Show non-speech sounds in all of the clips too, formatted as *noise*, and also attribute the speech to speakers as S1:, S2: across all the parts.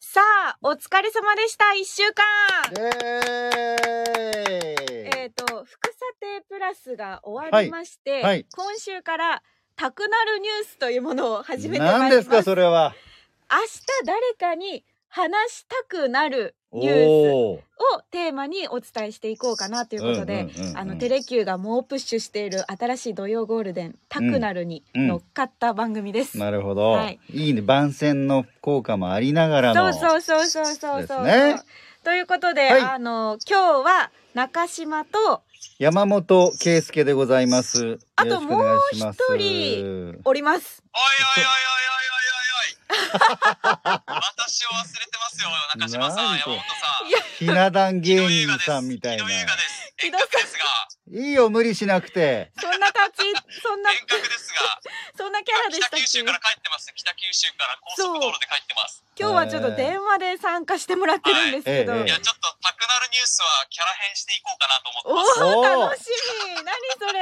S1: さあ、お疲れ様でした、一週間
S2: え
S1: えっ、と、副査定プラスが終わりまして、
S2: いはい
S1: 今週から、たくなるニュースというものを始めてまいりま
S2: 何
S1: す。
S2: ですか、それは。
S1: 明日誰かに話したくなるニュースを
S2: おー
S1: テーマにお伝えしていこうかなということで、
S2: うんうんうんうん
S1: あのテレ Q が猛プッシュしている新しい土曜ゴールデン「タクナル」に乗っかった番組です。
S2: なるほど。
S1: はい
S2: い、いね。番宣の効果もありながら
S1: そ
S2: の。
S1: うそうそうそうそうそう。
S2: ですね
S1: ということで、
S2: はい
S1: あの今日は中島と
S2: 山本圭介でございます。
S1: あと
S2: よろしくお願いします
S1: もう一人。おります。
S3: おいおいおいおいおいおいおいおいおい私を忘れてますよ中島さ
S2: なんにこ
S3: 山
S2: れ
S3: 本さん
S2: ひな壇
S3: 木
S2: 芸
S3: 戸優雅
S2: 人
S3: です
S2: さんみたいな。
S3: 木戸優雅です
S1: 木
S3: 遠
S1: 戸
S3: 隔ですが
S2: いいよ、無理しなくて。
S1: そんな
S3: *laughs*
S1: 感じ、そんな
S3: 遠隔ですが
S1: そんなキャラでした
S3: 北
S1: っ
S3: 九州
S1: け。
S3: から帰ってます北九州から高速道路で帰ってます
S1: 今日はちょっと電話で参加してもらってるんですけど。
S2: はいええ
S3: いやちょっとタクナルニュースはキャラ変していこうかなと
S1: お
S3: 思ってます
S2: お
S1: お
S2: ー
S1: 楽しみ何それ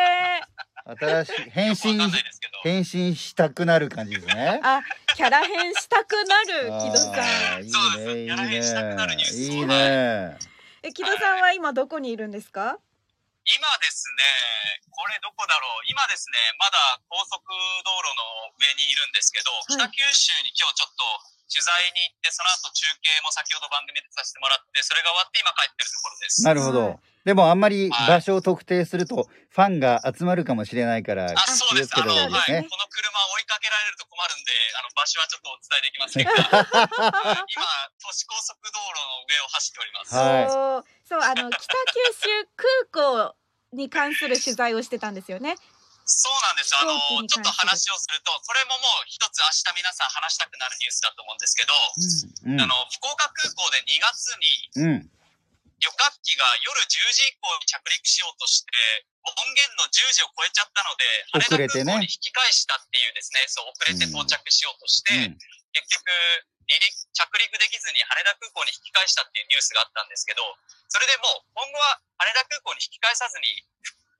S2: 新
S1: *laughs*
S2: しい、変
S3: よく
S2: 身
S3: わかん、ないですけど
S2: 変身したくなる感じですね。
S1: あキャラ変したくなる木戸さん
S2: あーいいね、いい
S3: そうですやられしたくなるニュー
S2: ね。
S3: ス
S2: いいね。
S1: え木戸さんは今どこにいるんですか
S3: 今ですねこれどこだろう今ですねまだ高速道路の上にいるんですけど、
S1: はい
S3: 北九州に今日ちょっと取材に行ってその後中継も先ほど番組でさせてもらってそれが終わって今帰ってるところです
S2: なるほ
S1: はい。
S2: どでもあんまり場所を特定するとファンが集まるかもしれないから
S3: あそう
S2: 気
S3: で
S2: を
S3: す
S2: つけ
S3: あ
S2: た
S3: の、
S2: 方がいいです
S3: はい、
S2: ね。
S3: この車を追いかけられると困るんであの場所はちょっとお伝えできませんが
S2: *laughs*
S3: 今都市高速道路の上を走っております、
S2: は
S1: そ
S2: い
S1: うそうあの北九州空港に関する取材をしてたんですよね
S3: そうなんですあの
S1: 飛行機に
S3: ちょ
S1: 関
S3: っと
S1: す
S3: 話をするとこれももう一つ明日皆さん話したくなるニュースだと思うんですけど、
S2: うん
S3: あの福岡空港で2月に
S2: うん。
S3: 旅客機が夜10時以降に着陸しようとして、音源の10時を超えちゃったので、
S2: 遅れてね
S3: 羽田空港に引き返したっていうですね、そう、遅れて到着しようとして、結局、離陸、着陸できずに羽田空港に引き返したっていうニュースがあったんですけど、それでもう、今後は羽田空港に引き返さずに、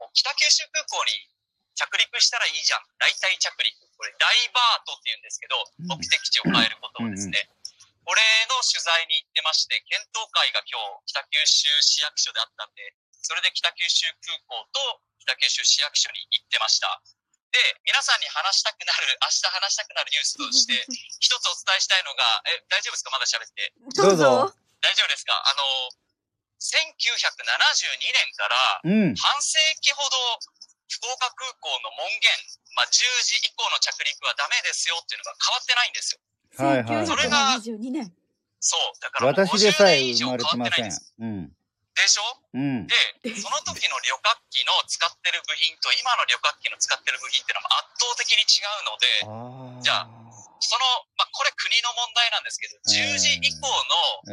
S3: もう北九州空港に着陸したらいいじゃん。大体着陸。これ、ダイバートって言うんですけど、
S2: うん
S3: 目的地を変えることをですね、これの取材に行ってまして、検討会が今日、北九州市役所であったんで、それで北九州空港と北九州市役所に行ってました。で、皆さんに話したくなる、 *laughs* 明日話したくなるニュースとして、一つお伝えしたいのが、え、大丈夫ですかまだ喋って。
S2: どうぞ
S3: 大丈夫ですかあの、1972
S2: うん。うん。
S3: 年から半世紀ほど福岡空港の門限、まあ、10時以降の着陸はダメですよっていうのが変わってないんですよ。
S2: はいはい。
S3: それが
S1: 1972年
S3: そう、だからもう
S2: 私でさ
S3: 50
S2: え
S3: 年以
S2: 生
S3: 上
S2: まれてま
S3: 変わって
S2: せ
S3: な
S2: ん
S3: いんです。。
S2: うん。うん。
S3: でしょで、その時の旅客機の使ってる部品と今の旅客機の使ってる部品っていうのは圧倒的に違うの
S2: ああ。
S3: で、じゃあその、まあ、これ国の問題なんですけど、10時以降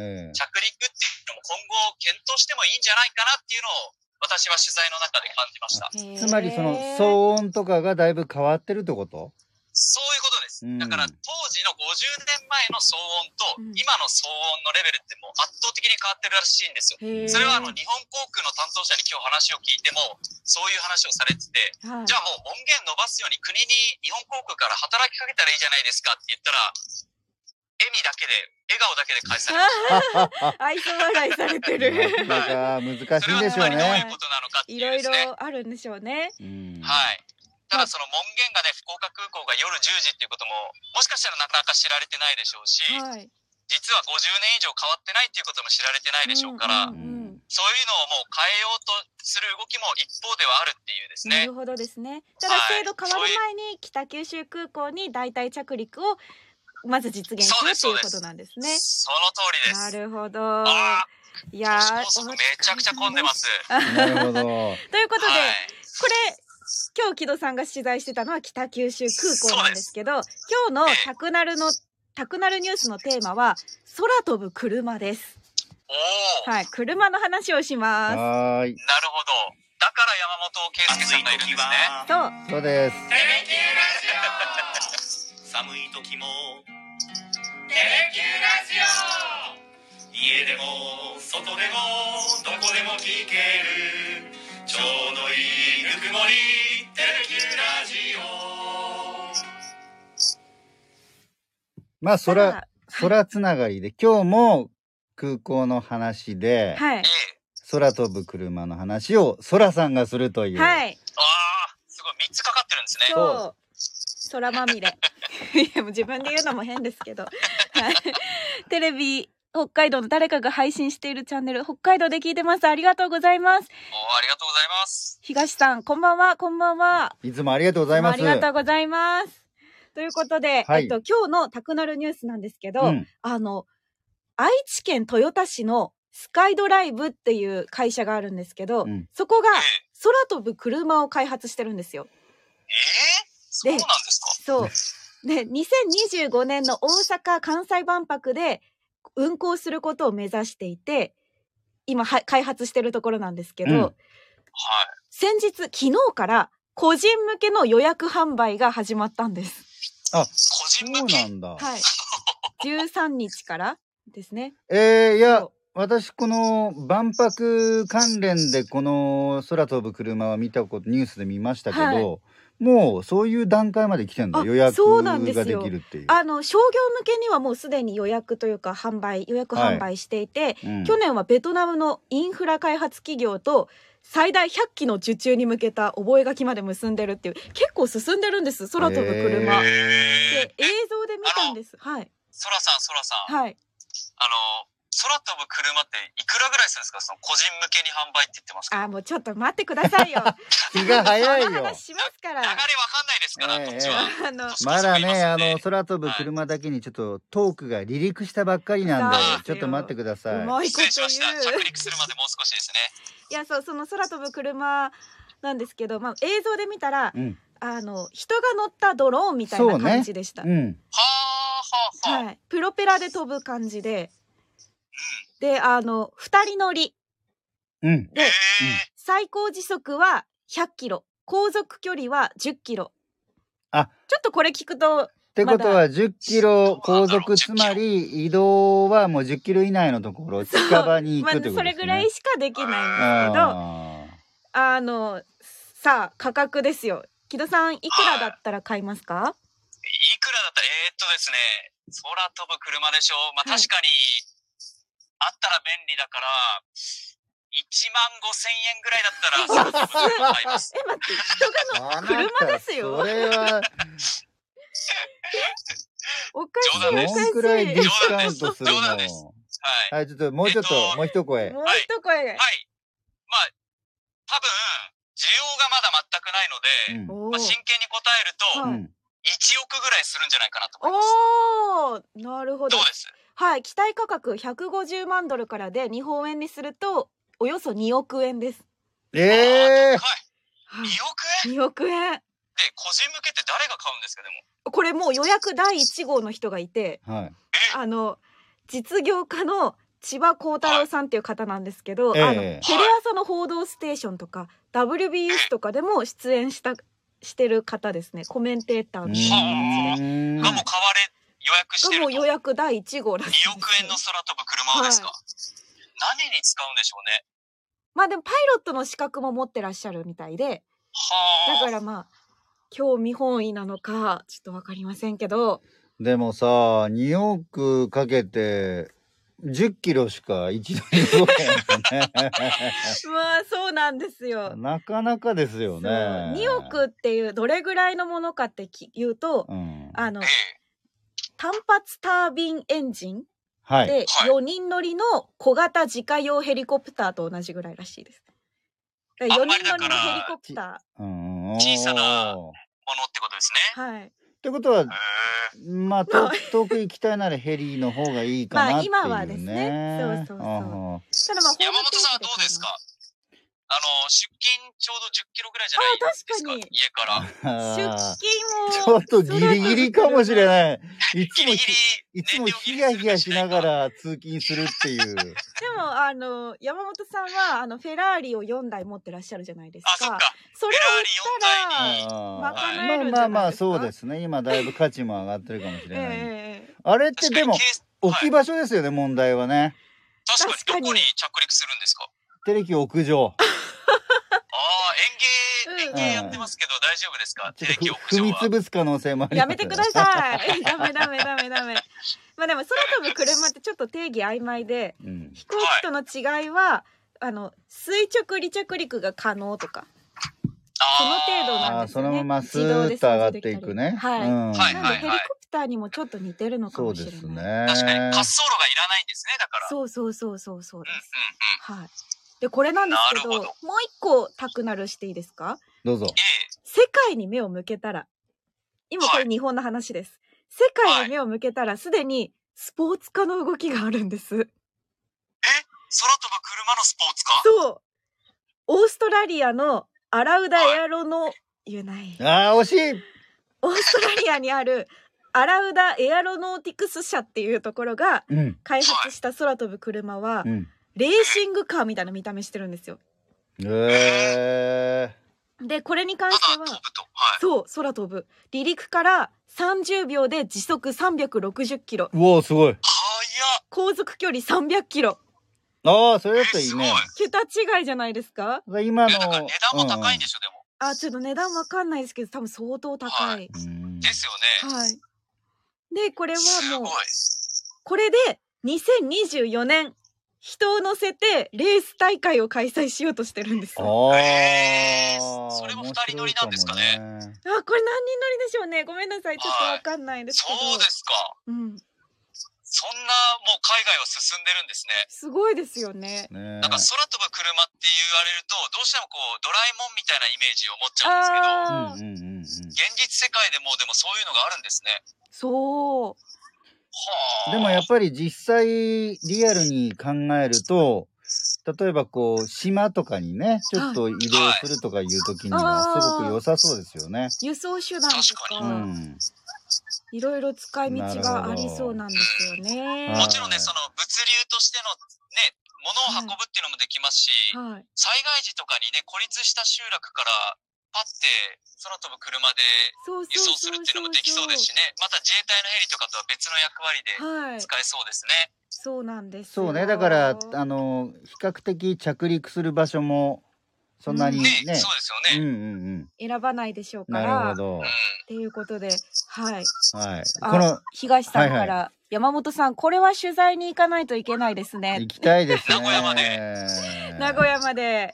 S3: の
S2: ええ
S3: 着陸っていうのも今後検討してもいいんじゃないかなっていうのを私は取材の中で感じました。
S2: つまりその
S1: へー
S2: 騒音とかがだいぶ変わってるって
S1: *laughs*
S2: こと
S3: そういうことです。
S2: うん
S3: だから当時の50年前の騒音と
S1: うん
S3: 今の騒音のレベルってもう圧倒的に変わってるらしいんですよ。
S1: へー
S3: それはあの日本航空の担当者に今日話を聞いてもそういう話をされてて、
S1: はい
S3: じゃあもう音源伸ばすように国に日本航空から働きかけたらいいじゃないですかって言ったら、笑みだけで、笑顔だけで返され
S1: *laughs*
S3: る。
S1: 愛想笑いされて
S2: な
S1: る
S2: かなか難し
S3: そ
S2: いんで
S3: れはつ
S2: しょう
S3: まりどうい
S2: ね。
S3: うことなのかってい
S1: いうろ
S3: で
S1: い
S3: す
S1: ろ
S3: ね。
S1: あるんでしょうね
S2: うん。
S3: はい。ただその門限がね、福岡空港が夜10時っていうことも、もしかしたらなかなか知られてないでしょうし、
S1: はい
S3: 実は50年以上変わってないっていうことも知られてないでしょうから、
S1: うんうん
S3: そういうのをもう変えようとする動きも一方ではあるっていうです
S1: な
S3: ね
S1: る。ほどですね。ただ
S3: はい
S1: 制度変わる前に北九州空港に代替着陸をまず実現しようと
S3: そう
S1: いう
S3: で
S1: こ
S3: す
S1: となんですね。
S3: その通りで
S1: な
S3: す。
S1: るほど。
S3: あ
S1: い
S3: あ、
S1: やー
S3: 都市高速めちゃくちゃ混んで *laughs* ます。
S2: なるほど。
S1: ということで、
S3: はい
S1: これ今日木戸さんが取材してたのは北九州空港なんですけど、今日のタクナルのタクナルニュースのテーマは空飛ぶ車です。
S3: おお、
S1: はい、車の話をします。
S2: はーい。
S3: なるほど。だから山本圭介さんがいるんですね。
S1: と、
S2: そうです。
S4: テレキューラジオ寒い時もテレキューラジオ家でも外でもどこでも聞けるちょうどいいぬくもりテレキューラジオ
S2: まあそれは
S1: ただ
S2: 空つながりで、今日も空港の話で、
S1: はい
S3: え。え。
S2: 空飛ぶ車の話を空さんがするという。
S1: はい。
S3: ああ、すごい。3つかかってるんですね。
S1: そう。空まみれ。いや、もう自分で言うのも変ですけど。はい。テレビ、北海道の誰かが配信しているチャンネル、北海道で聞いてます。ありがとうございます。
S3: おーありがとうございます。
S1: 東さん、こんばんは、こんばんは。
S2: いつもありがとうございます。
S1: どうもありがとうございます。ということで、
S2: はい
S1: えっと、今日のタクナルニュースなんですけど、
S2: うん
S1: あの、愛知県豊田市のスカイドライブっていう会社があるんですけど、
S2: うん
S1: そこが
S3: ええ。
S1: 空飛ぶ車を開発してるんですよ。
S3: ええそうなんですか
S1: そう。 *laughs* で、2025年の大阪・関西万博で運行することを目指していて、今は開発してるところなんですけど、
S2: うん
S3: はい。
S1: 先日、昨日から個人向けの予約販売が始まったんです。
S3: 個人
S2: そう
S3: 向け。
S2: な
S3: え
S2: んだ。
S1: はい。13日からですね。
S2: えー、いや
S1: そ、
S2: 私この万博関連でこの空飛ぶ車は見たこと、ニュースで見ましたけど、
S1: はい
S2: もうそういう段階まで来てんだ。
S1: あ
S2: 予約
S1: そうなんです
S2: がで
S1: よ
S2: きるっていう。
S1: あの、商業向けにはもうすでに予約というか販売、予約販売していて、
S2: うん
S1: 去年はベトナムのインフラ開発企業と最大100機の受注に向けた覚書まで結んでるっていう結構進んでるんです空飛ぶ車、
S2: へ
S1: で
S3: え
S1: 映像で見たんですはい
S3: そらさん、そらさん。
S1: はい
S3: あの、空飛ぶ車っていくらぐらいするんですかその個人向けに販売って言ってますけ
S1: あ
S3: ど。
S1: ーもうちょっと待ってくださいよ
S2: *laughs* 気が早い
S1: その
S2: よ
S1: 話。しますか
S3: 流
S1: ら
S3: れわかんないですから、
S2: ええ
S3: こっちは。
S1: あの
S2: まだ
S3: そうそう
S2: ね、
S3: そう
S2: あの、空飛ぶ車だけにちょっとトークが離陸したばっかりなんで、
S1: はい
S2: ちょっと待ってくださ
S1: う
S2: い。
S1: まいこ
S3: 失
S1: と
S3: 礼しました。
S1: 言う
S3: 着陸するまでもう少しですね。
S1: いやそうその空飛ぶ車なんですけど、まあ、映像で見たら
S2: うん。
S1: あの人が乗ったドローンみたいな感じでした、
S2: うん。
S3: はあ、はあ、はあ。
S1: はい、プロペラで飛ぶ感じでであの2人乗り
S2: うん。
S1: で
S3: ええ
S1: 最高時速は100キロ航続距離は10キロ
S2: あ
S1: ちょっとこれ聞くと
S2: ってことは10キロ
S3: そう
S2: 航
S3: なんだろ
S2: 続
S3: う
S2: つまり移動はもう10キロ以内のところ
S1: そう
S2: 近場に行
S1: まあ
S2: くってこ
S1: そ
S2: とで
S1: れ
S2: すね。
S1: ぐらいしかできないんですけどあ
S2: あ
S1: のさあ価格ですよ木戸さんいくらだったら買いますか
S3: いくらだったら、えー、っとですね、空飛ぶ車でしょまあ
S1: はい
S3: 確かに、あったら便利だから、1万5千円ぐらいだったら、空飛ぶ車買
S1: *laughs*
S3: います。
S1: え待って人が
S2: ーあなた
S1: 車ですよ
S2: それは
S1: おかしいお
S3: 冗談
S1: か
S3: で
S1: し
S3: す
S2: どんくらいディ
S1: い
S2: スカウントするの
S3: 冗談ですはい。
S2: はい、ちょっともうちょっと、
S3: えっと
S2: もう一声。
S1: もう一声、
S3: はい。まあ、多分、需要がまだ全くないので、
S2: うん
S1: お
S3: まあ、真
S1: ー
S3: 剣に答える
S1: は
S3: と、
S1: い
S2: うん
S3: 1億ぐらいするんじゃないかなと思います。
S1: おーなるほど
S3: どうです
S1: はい期待価格150万ドルからで日本円にするとおよそ2億円です、
S2: ええ
S3: はい。
S1: はい
S3: 2億円
S1: 2億円
S3: で、個人向けって誰が買うんですか、でも。
S1: これもう予約第1号の人がいて
S2: はい。
S1: あの実業家の千葉幸太郎さんっていう方なんですけど、
S2: ええ
S1: あのテレ朝の「報道ステーション」とか WBS とかでも出演したしてる方ですねコメンテーター
S2: う
S1: の
S2: ー
S1: 形で
S2: ん
S3: がもう買われ、予約して
S1: が
S3: る
S1: もう
S3: と。
S1: 予約第1号らしいです
S3: 2億円の空飛ぶ車をですか、
S1: は
S3: 何に使うんでしょうね。
S1: まあでもパイロットの資格も持ってらっしゃるみたいでだ
S3: はあ。
S1: からまあ興味本位なのかちょっとわかりませんけど
S2: でもさ、2億かけて、10キロしか一度に動かないの
S1: まあそうなんですよ *laughs*
S2: ね。なかなかですよね。
S1: 2億っていうどれぐらいのものかってき言うと、
S2: うん。
S1: あの
S3: ええ。
S1: 単発タービンエンジン
S2: はい。
S1: で
S3: はい
S1: 4人乗りの小型自家用ヘリコプターと同じぐらいらしいです。4人
S3: あ
S1: 乗
S3: んまり
S1: りのヘリ
S3: だから
S1: コプタ
S2: うん
S3: 小さな
S2: おーっ
S3: ものってことですね。
S1: ー。はい。
S2: てことは
S3: へ、え
S2: まあ、遠遠く行きたいならヘリの方がいいかなっていう、ね。
S1: まあ今はですねそうそうそう
S2: あ
S1: ただまあ
S3: 山本さんはどうですかあの、出勤ちょうど10キロぐらいじゃないですか
S1: あ確かに
S3: 家から。
S1: ホームページで買います出勤も
S2: はちょっとギリギリかもしれ
S1: い。
S2: ない。 *laughs* いつ
S3: ギ
S2: も
S3: リギ
S2: ひ、
S3: リ、
S2: いつも
S3: 燃料切
S2: ヒ
S3: れ
S2: ヤヒヤしなが
S3: するかしないから。
S2: ら通勤するっていう。
S1: でもあの山本さんはあのフェラーリを4台持ってらっしゃるじゃないです
S3: あ
S1: か。、
S3: そっか。
S1: それを売ったら
S3: フェラーリ四台に
S2: ま
S1: 賄
S2: あ
S1: えるんじ
S2: ま
S1: ゃ
S2: あま
S1: ない
S2: あ
S1: ですか
S2: そうですね。今だいぶ価値も上がってるかもしれない。
S1: *laughs* ええ
S2: あれって
S3: 確か
S2: で
S3: に
S2: も
S3: ケース、
S2: 置き場所ですよね、問題はね。
S3: 確かにどこに着陸するんですか
S2: テレキ屋上。
S3: ああ、
S1: う
S3: 園芸
S1: ん
S3: 演芸やってますけど大丈夫ですか、テ
S2: ち
S3: レキ
S2: ょ
S3: 屋
S2: っとふ
S3: 上
S2: 踏み
S3: は。
S2: 潰す可能性もあります
S1: やめてください。 *laughs* ダメダメダメダメ。まあでも空飛ぶ車ってちょっと定義曖昧で、
S2: い。うん。
S1: 飛行機との違いは、あの垂直離着陸が可能とか、その程度
S2: あ
S1: なん
S2: あ、
S1: ですね。
S2: そのままス
S1: 自動
S2: ー
S1: で
S2: ッと上
S1: 操
S2: がっ
S1: 作できたり
S2: ていくね。
S1: はい。
S2: うん
S3: はい
S1: な
S3: は
S1: の
S3: い
S1: でヘリコプターにもちょっと似てるのか
S2: そ
S1: も
S2: う
S1: しれ
S2: で
S1: ない。
S2: すね。
S3: 確かに滑走路がいらないんですね、だから。
S1: そうそうそうそうそうで
S3: うんうん
S1: す。
S3: うん。
S1: はい。でこれなんですけど、
S3: な
S1: も
S3: る
S1: う
S3: ほど
S1: 一個タクナルしていいですか？
S2: どうぞ。
S3: え
S1: 世界に目を向けたら、今これ日本の話です。世界に目を向けたらすでにスポーツ化の動きがあるんです。
S3: 空飛ぶ車のスポーツか。
S1: そう。オーストラリアのアラウダエアロの、言えない。
S2: ああ、惜しい
S1: オーストラリアにあるアラウダエアロノーティクス社っていうところが
S2: うん。
S1: 開発した空飛ぶ車は
S2: う、ん。
S1: レーシングカーみたいな見た目してるんですよ。
S2: ええ。
S1: で、これに関
S3: た
S1: して
S3: だ飛
S1: は、
S3: ぶと。はい。
S1: そう、空飛ぶ。離陸から30秒で時速360キロ。
S2: うおーすごい。
S3: 早っ。
S1: 航続距離300キロ。
S2: ああ、それだといい
S3: え
S2: ね
S3: す。
S1: 桁違いじゃないですか
S2: 今
S3: いやだから
S2: の。
S3: 値段も高いんでしょ、でも。
S1: あ、ちょっと値段わかんないですけど、多分相当高。
S3: はい
S2: うんうん
S3: ですよね。
S1: はい。で、これは
S3: すごい。
S1: もう、
S3: は
S1: これで2024年、人を乗せてレース大会を開催しようとしてるんです。あ、こ
S2: ああ、
S3: えーそれも二人乗りなんですかね
S2: 面
S1: れ何人
S2: 白いかもね。
S1: 乗りでしょうね。ごめんなさい。ちょっとわかんないで
S3: い
S1: すけど。
S3: そうですか。
S1: うん。
S3: そんなもう海外は進んでるんですね。
S1: すごいですよね。
S2: ね
S3: なんか空飛ぶ車って言われると、どうしてもこう、ドラえもんみたいなイメージを持っちゃうんですけど、
S1: ああ、
S2: うんうんうんうん。で
S3: 現実世界でもうでもそういうのがあるんですね。
S1: そう。
S3: はあ。
S2: もや
S3: っ
S2: っぱり実際リアルに考えると、例えばこう島とかにね、ちょっと移動するとかいう時には
S1: はい
S2: すごく良さそうですよね。
S1: 輸送手段と
S3: 確
S2: う
S1: か、
S2: ん。
S1: いろいろ使い道がありそうなんですよ
S2: な
S1: ね
S2: る
S3: も。ちろんね、その物流としてのね、物を運ぶっていうのもできますし、
S1: はい。
S3: 災害時とかにね、孤立した集落から、パッて空飛ぶ車で
S1: そうそうそうそう。
S3: 輸送するっていうのもできそうですしね、また自衛隊のヘリとかとは別の役割で
S1: はい
S3: 使。えそうですね。
S1: そうなんですよ。
S2: そうね、だから、あの、比較的着陸する場所もそんなにね。
S3: ねそうです
S2: う
S3: よ
S2: んうん
S3: ね。
S2: うん。
S1: 選ばないでしょうか
S2: なる
S1: ら
S2: ほ。ど
S3: うん。。
S1: っていうことで、はい。
S2: はい。
S1: あ
S2: この、
S1: 東さんから、
S2: はい
S1: 山本さん、これは取材に行かないといけないですね
S2: 行。きたいですね。
S3: 名古屋まで
S1: 名古屋まで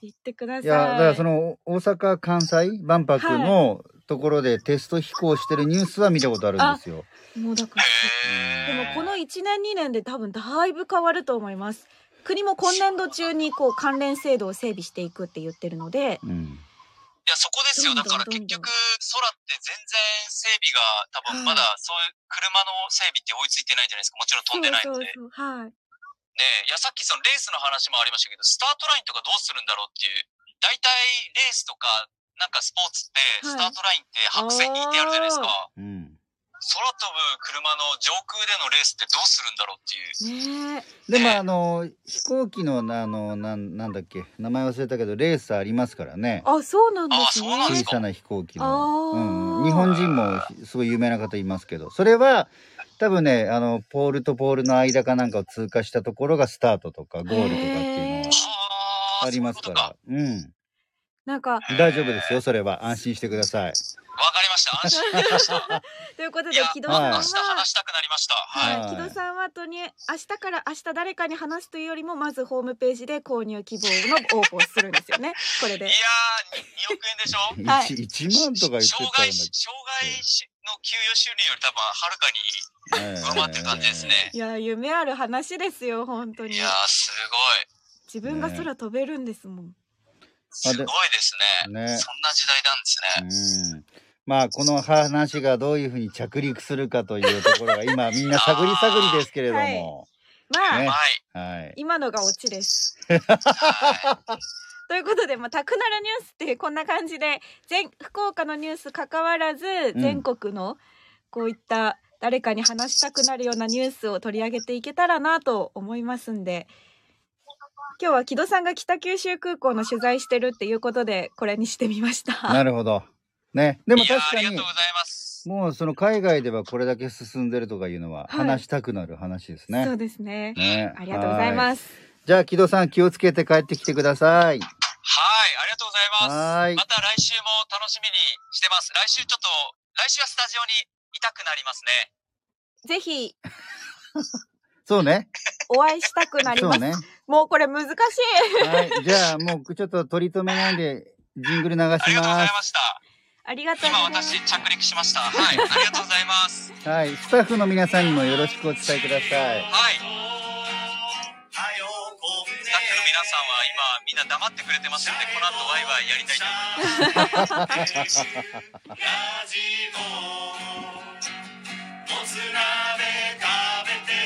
S1: 行ってください。
S2: いや、だからその大阪・関西万博のところでテスト飛行してるニュースは見たことあるんですよ。
S1: もうだから、
S3: へ
S1: で
S3: ー
S1: もこの1年2年で多分だいぶ変わると思います。国も今年度中にこう関連制度を整備していくって言ってるので、
S2: うん。
S3: いや、そこですよ。
S1: ど
S3: だ
S1: んどん
S3: から
S1: ど
S3: 結
S1: んどん
S3: 局、空って全然整備が多分まだそういう車の整備って追いついてないじゃないですか。もちろん飛んでないので。
S1: そうそうそう、はい。
S3: ねえ、いや、さっきそのレースの話もありましたけど、スタートラインとかどうするんだろうっていう。大体レースとか、なんかスポーツって、
S1: はい
S3: スタートラインって白線にいてあるじゃないですか。
S2: うん。
S3: 空飛ぶ車の上空でのレースってどうするんだろう
S1: ねえ、
S3: っていう。
S2: でもあの飛行機のなあのなんなんだっけ名前忘れたけどレースありますからね。
S1: あ、そうなんです
S3: あそうなん
S2: 小
S3: です
S1: ね
S3: か。
S2: さな飛行機の。
S1: あ
S2: う
S1: ー
S2: んうん、日本人もすごい有名な方いますけどそれは多分ねあのポールとポールの間かなんかを通過したところがスタートとかゴールとかっていうのは
S3: は
S2: ありますか。ら
S3: そういう
S2: う
S3: こ
S2: ん
S1: なんか、
S2: 大丈夫ですよそれは安心してください。
S3: とかわかりました。安心しました。
S1: ということ
S3: い
S1: で
S3: や、、
S1: 木
S3: 明
S1: 戸
S3: 日
S1: さんは、
S3: 話したくなりました。はい。
S2: はい
S1: はい、木戸さんはとに明日から明日誰かに話すというよりもまずホームページで購入希望の応募をするんですよ
S3: *laughs*
S1: ね。これで
S3: い。やー、2億円でしょ
S1: はい
S2: 一一万とか言ってた
S3: 障
S2: んだ
S3: 害し障害しの給与収入より多分はるかに上回ってる感じですね。
S1: いや夢ある話ですよ本当に
S3: いやー、すごい。
S1: 自分が空飛べるんですもん、
S3: すごいですね。
S2: ね
S3: そんな時代なんですね。
S2: うん。まあこの話がどういうふうに着陸するかというところが今みんな探り探りですけれども、
S1: まあ、
S2: ね
S3: はい。
S2: はい。
S1: 今のがオチ
S2: *laughs*
S1: です
S3: はい
S1: ということで、まあ、タクナラニュースってこんな感じで全福岡のニュース関わらず
S2: ん
S1: 全国のこういった誰かに話したくなるようなニュースを取り上げていけたらなと思いますんで今日は木戸さんが北九州空港の取材してるっていうことでこれにしてみました。
S2: なるほど。ね。でも
S3: いやー
S2: 確か
S3: あり
S2: に
S3: がとうございます。
S2: もうその海外ではこれだけ進んでるとかいうのは
S1: はい
S2: 話したくなる話ですね。
S1: そうですね。
S2: ね。
S1: ありがとうございますす。
S2: じゃあ木戸さん気をつけて帰ってきてください。
S3: はい。ありがとうございます。
S2: はーい
S3: ま。た来週も楽しみにしてます。来週ちょっと、来週はスタジオにいたくなりますね。
S1: ぜひ
S2: そうね。
S1: お会いしたくなり
S2: そ
S1: ま
S2: う
S1: す。
S2: ね。
S1: もうこれ難しい。
S2: はい。じゃあ、もうちょっと取り留めないで、ジングル流し
S3: ありがとうござ
S2: ま
S3: いました。
S1: ありがとう
S3: 今
S1: ございます
S3: 私。着陸しました。はい、ありがとうございます。
S2: す。はい。スタッフの皆さんにもよろしくお伝えください。
S3: はい。ス
S4: ス
S3: タッフの皆さんは今みんな黙ってくれてますので、この後ワイワイやりたいと思います。
S4: ラジオもつ鍋食べて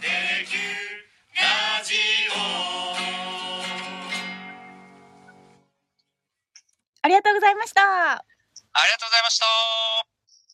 S4: テレキューラジオ
S1: ありがとうございました。
S3: ありがとうございました。